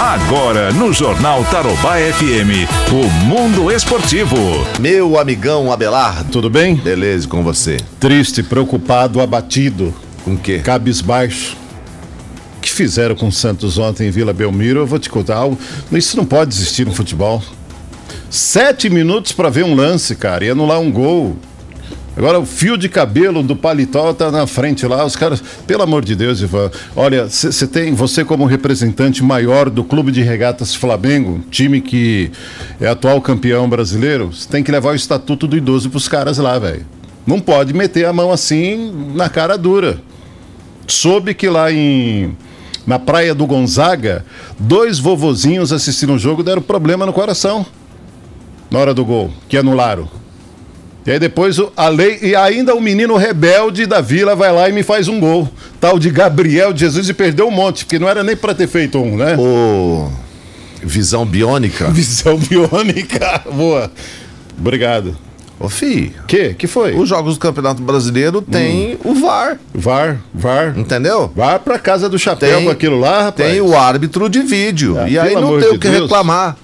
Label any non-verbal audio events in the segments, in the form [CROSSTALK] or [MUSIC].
Agora, no Jornal Tarobá FM, o Mundo Esportivo. Meu amigão Abelardo. Tudo bem? Beleza com você. Triste, preocupado, abatido, Com o quê? cabisbaixo. O que fizeram com o Santos ontem em Vila Belmiro? Eu vou te contar algo. Isso não pode existir no futebol. Sete minutos para ver um lance, cara, e anular um gol. Agora o fio de cabelo do paletó tá na frente lá, os caras, pelo amor de Deus, Ivan. Olha, você tem, você como representante maior do Clube de Regatas Flamengo, time que é atual campeão brasileiro, você tem que levar o estatuto do idoso pros caras lá, velho. Não pode meter a mão assim na cara dura. Soube que lá em na praia do Gonzaga, dois vovozinhos assistindo o jogo deram problema no coração na hora do gol, que anularam. E aí depois o- a lei e ainda o menino rebelde da Vila vai lá e me faz um gol. Tal de Gabriel de Jesus e perdeu um monte, porque não era nem pra ter feito um, né? [LAUGHS] Ô, visão biônica. Visão biônica. [LAUGHS] Boa. Obrigado. Ô, fi, Que? Que foi? os jogos do Campeonato Brasileiro Hum. tem o VAR, VAR, VAR. entendeu? VAR pra casa do chapéu Hum. Tem- com aquilo lá, rapaz. Tem o árbitro de vídeo. Ah, e aí pelo não amor tem de o que Deus. reclamar.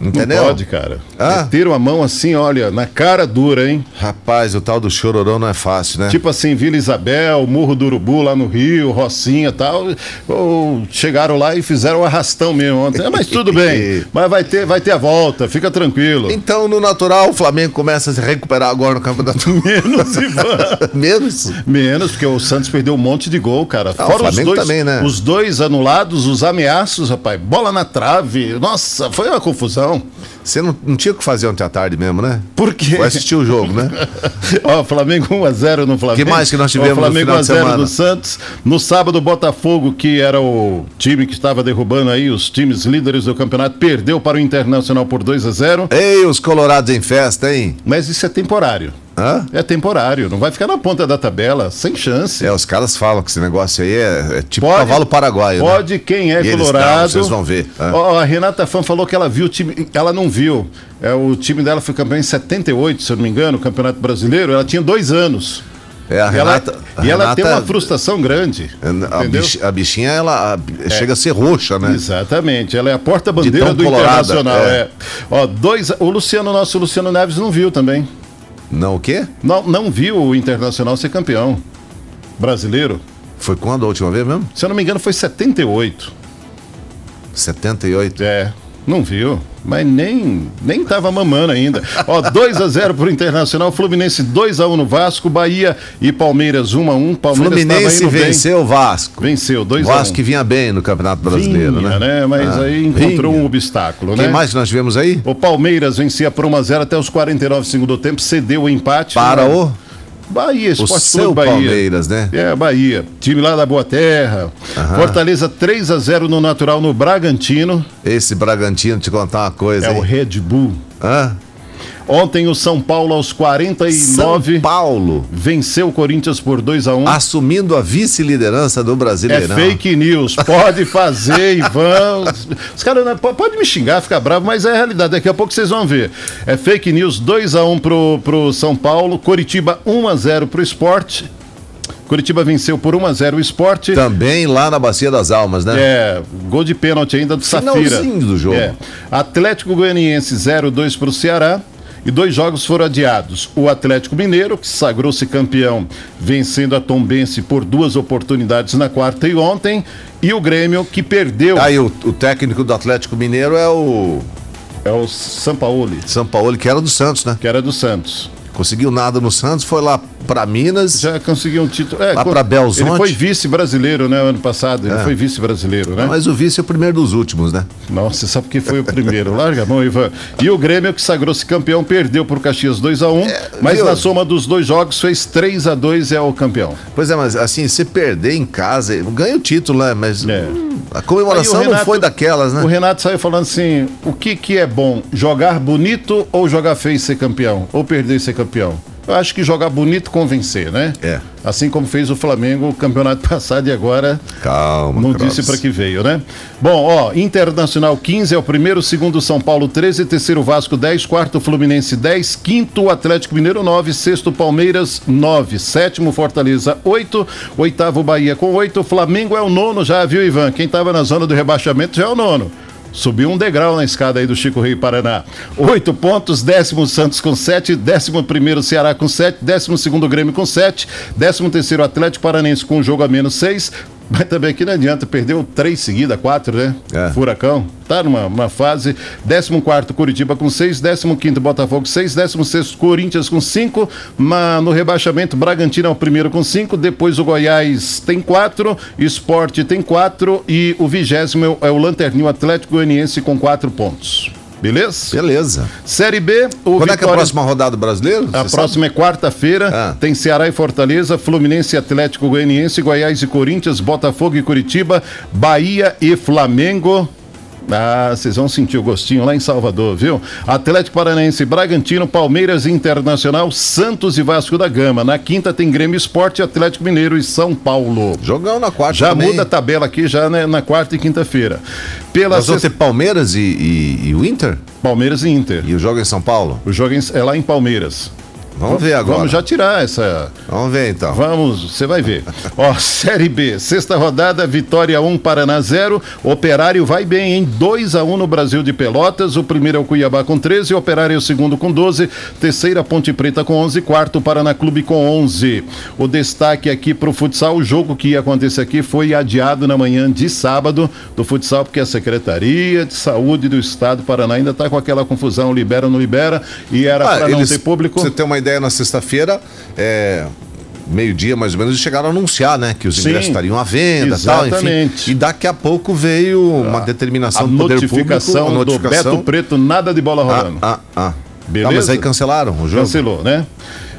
Não Entendeu? pode, cara. Ah. Meteram a mão assim, olha, na cara dura, hein? Rapaz, o tal do chororô não é fácil, né? Tipo assim, Vila Isabel, Morro do Urubu lá no Rio, Rocinha e tal. Ou chegaram lá e fizeram um arrastão mesmo ontem. É, Mas [LAUGHS] tudo bem. Mas vai ter, vai ter a volta, fica tranquilo. Então, no natural, o Flamengo começa a se recuperar agora no Campeonato [LAUGHS] Menos Ivan. [LAUGHS] Menos? Menos, porque o Santos perdeu um monte de gol, cara. Ah, o Fora os Flamengo dois, também, né? os dois anulados, os ameaços, rapaz. Bola na trave. Nossa, foi uma confusão. Você não, não tinha o que fazer ontem à tarde mesmo, né? Por quê? Foi assistir o jogo, [LAUGHS] né? Ó, Flamengo 1x0 no Flamengo. Que mais que nós tivemos Ó, Flamengo no final de 1x0 semana? no Santos. No sábado, o Botafogo, que era o time que estava derrubando aí os times líderes do campeonato, perdeu para o Internacional por 2x0. Ei, os colorados em festa, hein? Mas isso é temporário. Hã? É temporário. Não vai ficar na ponta da tabela, sem chance. É, os caras falam que esse negócio aí é, é tipo Pode- cavalo paraguaio, né? Pode quem é E eles colorado. não, vocês vão ver, é. Ó, a Renata Fã falou que ela viu o time. Ela não viu. É, o time dela foi campeão em 78, se eu não me engano, o Campeonato Brasileiro. Ela tinha dois anos. É, a E ela- Renata... a e ela Renata- é, tem uma frustração grande. A, entendeu? É. bich- a bichinha, ela a- chega a ser roxa, né? Exatamente, ela é a porta-bandeira tão do colorada, Internacional. é. é. Ó, dois, o Luciano, nosso Luciano Neves, não viu também. Não, o quê? Não, não viu o Internacional ser campeão brasileiro. Foi quando a última vez mesmo? Se eu não me engano, foi 78. 78. É, não viu. Mas nem, nem tava mamando ainda. Ó, 2x0 pro Internacional, Fluminense 2x1 no Vasco, Bahia e Palmeiras 1x1. Palmeiras Fluminense tava indo bem. venceu o Vasco. Venceu, 2x1. O Vasco que vinha bem no Campeonato Brasileiro, Vinha, né? Mas Ah, aí encontrou vinha. um obstáculo, né? Quem mais que nós tivemos aí? O Palmeiras vencia por 1x0 até os 49 segundos do tempo, cedeu o empate. Para Né? o, Bahia, o Esporte seu Clube Bahia. Palmeiras, né? É, Bahia. Time lá da Boa Terra. Fortaleza 3x0 no Natural no Bragantino. Esse Bragantino, te contar uma coisa, É o hein? Red Bull. Hã? Ontem o São Paulo aos 49 São Paulo venceu o Corinthians por 2x1. assumindo a vice-liderança do É Brasileirão. fake news, pode fazer, Ivan. Os caras não- po- podem me xingar, ficar bravo, mas é a realidade. Daqui a pouco vocês vão ver. É fake news 2x1 pro, pro São Paulo, Curitiba 1x0 pro esporte. Curitiba venceu por 1x0 o Tá. esporte. Também lá na Bacia das Almas, né? É, gol de pênalti ainda do Safira. Finalzinho do jogo. É. Atlético Goianiense 0-2 para o Ceará. E dois jogos foram adiados. O Atlético Mineiro, que sagrou-se campeão, vencendo a Tombense por duas oportunidades na quarta e ontem. E o Grêmio, que perdeu. Aí o, o técnico do Atlético Mineiro é o É o Sampaoli, São Paulo, que era do Santos, né? que era do Santos. Conseguiu nada no Santos, foi lá pra Minas. Já conseguiu um título. É, Lá co- pra Belzonte? É. Ele foi vice-brasileiro, né? Ano passado. Ele foi vice-brasileiro, né? Mas o vice é o primeiro dos últimos, né? Nossa, só porque foi o primeiro. Larga a mão, Ivan. E o Grêmio, que sagrou-se campeão, perdeu pro Caxias 2x1, mas É, viu? na soma dos dois jogos fez 3x2 e é o campeão. Pois é, mas assim, se perder em casa, ganha o título, né? Mas É. hum, a Aí o comemoração Renato- não foi daquelas, né? O Renato saiu falando assim: o que, que é bom? Jogar bonito ou jogar feio e ser campeão? Ou perder e ser campeão? Eu acho que jogar bonito convencer, né? É. Assim como fez o Flamengo o campeonato [LAUGHS] passado e agora Calma, Não Krauss. disse pra que veio, né? Bom, ó, Internacional 15 é o primeiro, segundo São Paulo 13, terceiro Vasco 10, quarto Fluminense 10, quinto Atlético Mineiro 9, sexto Palmeiras 9, sétimo Fortaleza 8, oitavo Bahia com 8, Flamengo é o nono já, viu, Ivan? Quem tava na zona do rebaixamento já é o nono. Subiu um degrau na escada aí do Chico Rei Paraná. Oito pontos, décimo Santos com sete, décimo primeiro Ceará com sete, décimo segundo Grêmio com sete, décimo terceiro Atlético Paranense com um jogo a menos seis. Mas também aqui não adianta, perdeu três seguidas, quatro, né? É. Furacão. Tá numa uma fase. 14 Curitiba com 6, 15 Botafogo 6, 16 Corinthians com 5. No rebaixamento, Bragantino é o primeiro com 5. Depois o Goiás tem 4, Esporte tem 4 e o vigésimo é o- é o Lanterninho Atlético Goianiense com 4 pontos. Beleza? Beleza. Série B, o Quando é que é a Vitória... próxima rodada do brasileiro? A Você próxima é quarta-feira. Ah. Tem Ceará e Fortaleza, Fluminense e Atlético Goianiense, Goiás e Corinthians, Botafogo e Curitiba, Bahia e Flamengo. Ah, vocês vão sentir o gostinho lá em Salvador, viu? Atlético Paranaense, Bragantino, Palmeiras e Internacional, Santos e Vasco da Gama. Na quinta tem Grêmio Esporte, Atlético Mineiro e São Paulo. sabe? Jogão na quarta Já também. muda tá a tabela aqui já né, na quarta e quinta-feira. Pela Nós vamos sexta, ter Palmeiras e, e, e o Inter? Palmeiras e Inter. E o jogo em São Paulo? O jogo é lá em Palmeiras. Vamos ver agora. Vamos já tirar essa Vamos ver então. Vamos, você vai ver. Ó, [LAUGHS] Série B, sexta rodada, Vitória 1, Paraná 0. Operário vai bem, hein? 2 a 1 no Brasil de Pelotas. O primeiro é o Cuiabá com 13, Operário é o segundo com 12, terceira Ponte Preta com 11, quarto Paraná Clube com 11. O destaque aqui pro futsal, o jogo que ia acontecer aqui foi adiado na manhã de sábado do futsal, porque a Secretaria de Saúde do Estado do Paraná ainda tá com aquela confusão, libera ou não libera, e era Ah, pra para não eles- ter público. pra Você tem uma ideia, na sexta-feira, é, meio-dia mais ou menos, eles chegaram a anunciar, né? Que os Sim. ingressos estariam à venda e tal, enfim. Exatamente. Ah, E daqui a pouco veio uma determinação A do poder notificação, público, do Beto Preto, nada de bola Ah, rolando. ah, ah. Beleza? Ah, mas aí cancelaram o jogo? Cancelou, né?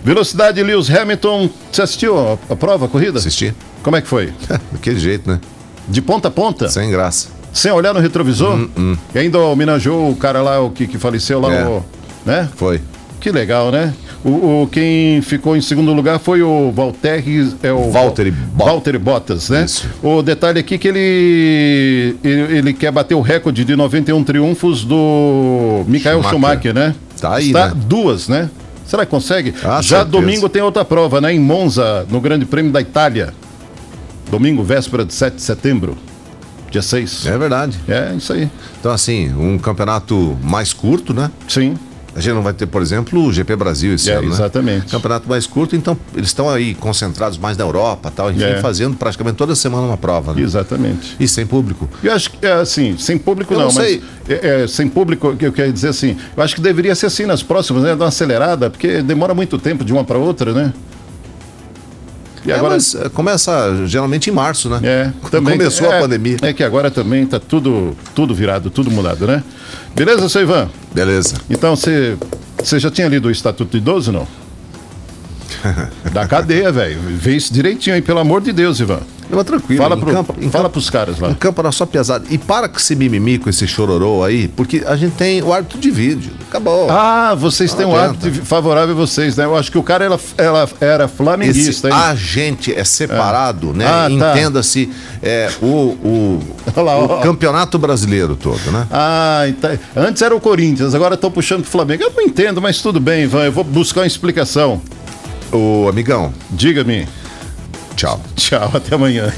Velocidade Lewis Hamilton. Você assistiu a, a prova, a corrida? Assisti. Como é que foi? Daquele jeito, né? De ponta a ponta? Sem graça. Sem olhar no retrovisor? E ainda homenageou o cara lá, o que, que faleceu lá, Hum, É. o, né? Foi. Que legal, né? O, o- quem ficou em segundo lugar foi o Valtteri, é o Valtteri Bo- Valtteri Bottas, né? Isso. O detalhe aqui que ele, ele ele quer bater o recorde de 91 triunfos do Michael Schumacher. Schumacher, né? Tá aí, Está né? duas, né? Será que consegue? Ah, Já certeza. domingo tem outra prova, né? Em Monza, no Grande Prêmio da Itália. Domingo, véspera de 7 de setembro. Dia 6. É verdade. é isso aí. Então, assim, um campeonato mais curto, né? Sim. A gente não vai ter, por exemplo, o GP Brasil esse É, ano, né? exatamente. Campeonato mais curto, então eles estão aí concentrados mais na Europa tal, enfim, É. fazendo praticamente toda semana uma prova, né? Exatamente. E sem público. Eu acho que, é, assim, sem público Eu não, não sei. mas é, é, sem público, que eu quero dizer assim, eu acho que deveria ser assim nas próximas, né? Dar uma acelerada, porque demora muito tempo de uma para outra, né? E É, agora. mas eh, começa geralmente em março, né? É, Quando também, Começou é, a pandemia. É que agora também tá tudo, tudo virado, tudo mudado, né? Beleza, seu Ivan? Beleza. Então você. Você já tinha lido o Estatuto do [LAUGHS] Idoso, não? Da cadeia, velho. Vê isso direitinho aí, pelo amor de Deus, Ivan. Mas tranquilo. Fala, em pro, campo- em fala pros caras lá. Campo era só pesado. E para com esse mimimi, com esse chororô aí, porque a gente tem o árbitro de vídeo. Acabou. Ah, vocês têm um adianta. hábito favorável a vocês, né? Eu acho que o cara ela, ela era Esse flamenguista, hein? a gente é separado, né? Ah, tá. Entenda-se é, o, o, Olha lá, o [LAUGHS] ó. campeonato brasileiro todo, né? Ah, então, antes era o Corinthians, agora estão puxando pro Flamengo. Eu não entendo, mas tudo bem, Ivan. Eu vou buscar uma explicação. Ô, amigão, Diga-me. [LAUGHS] tchau. Tchau, até amanhã.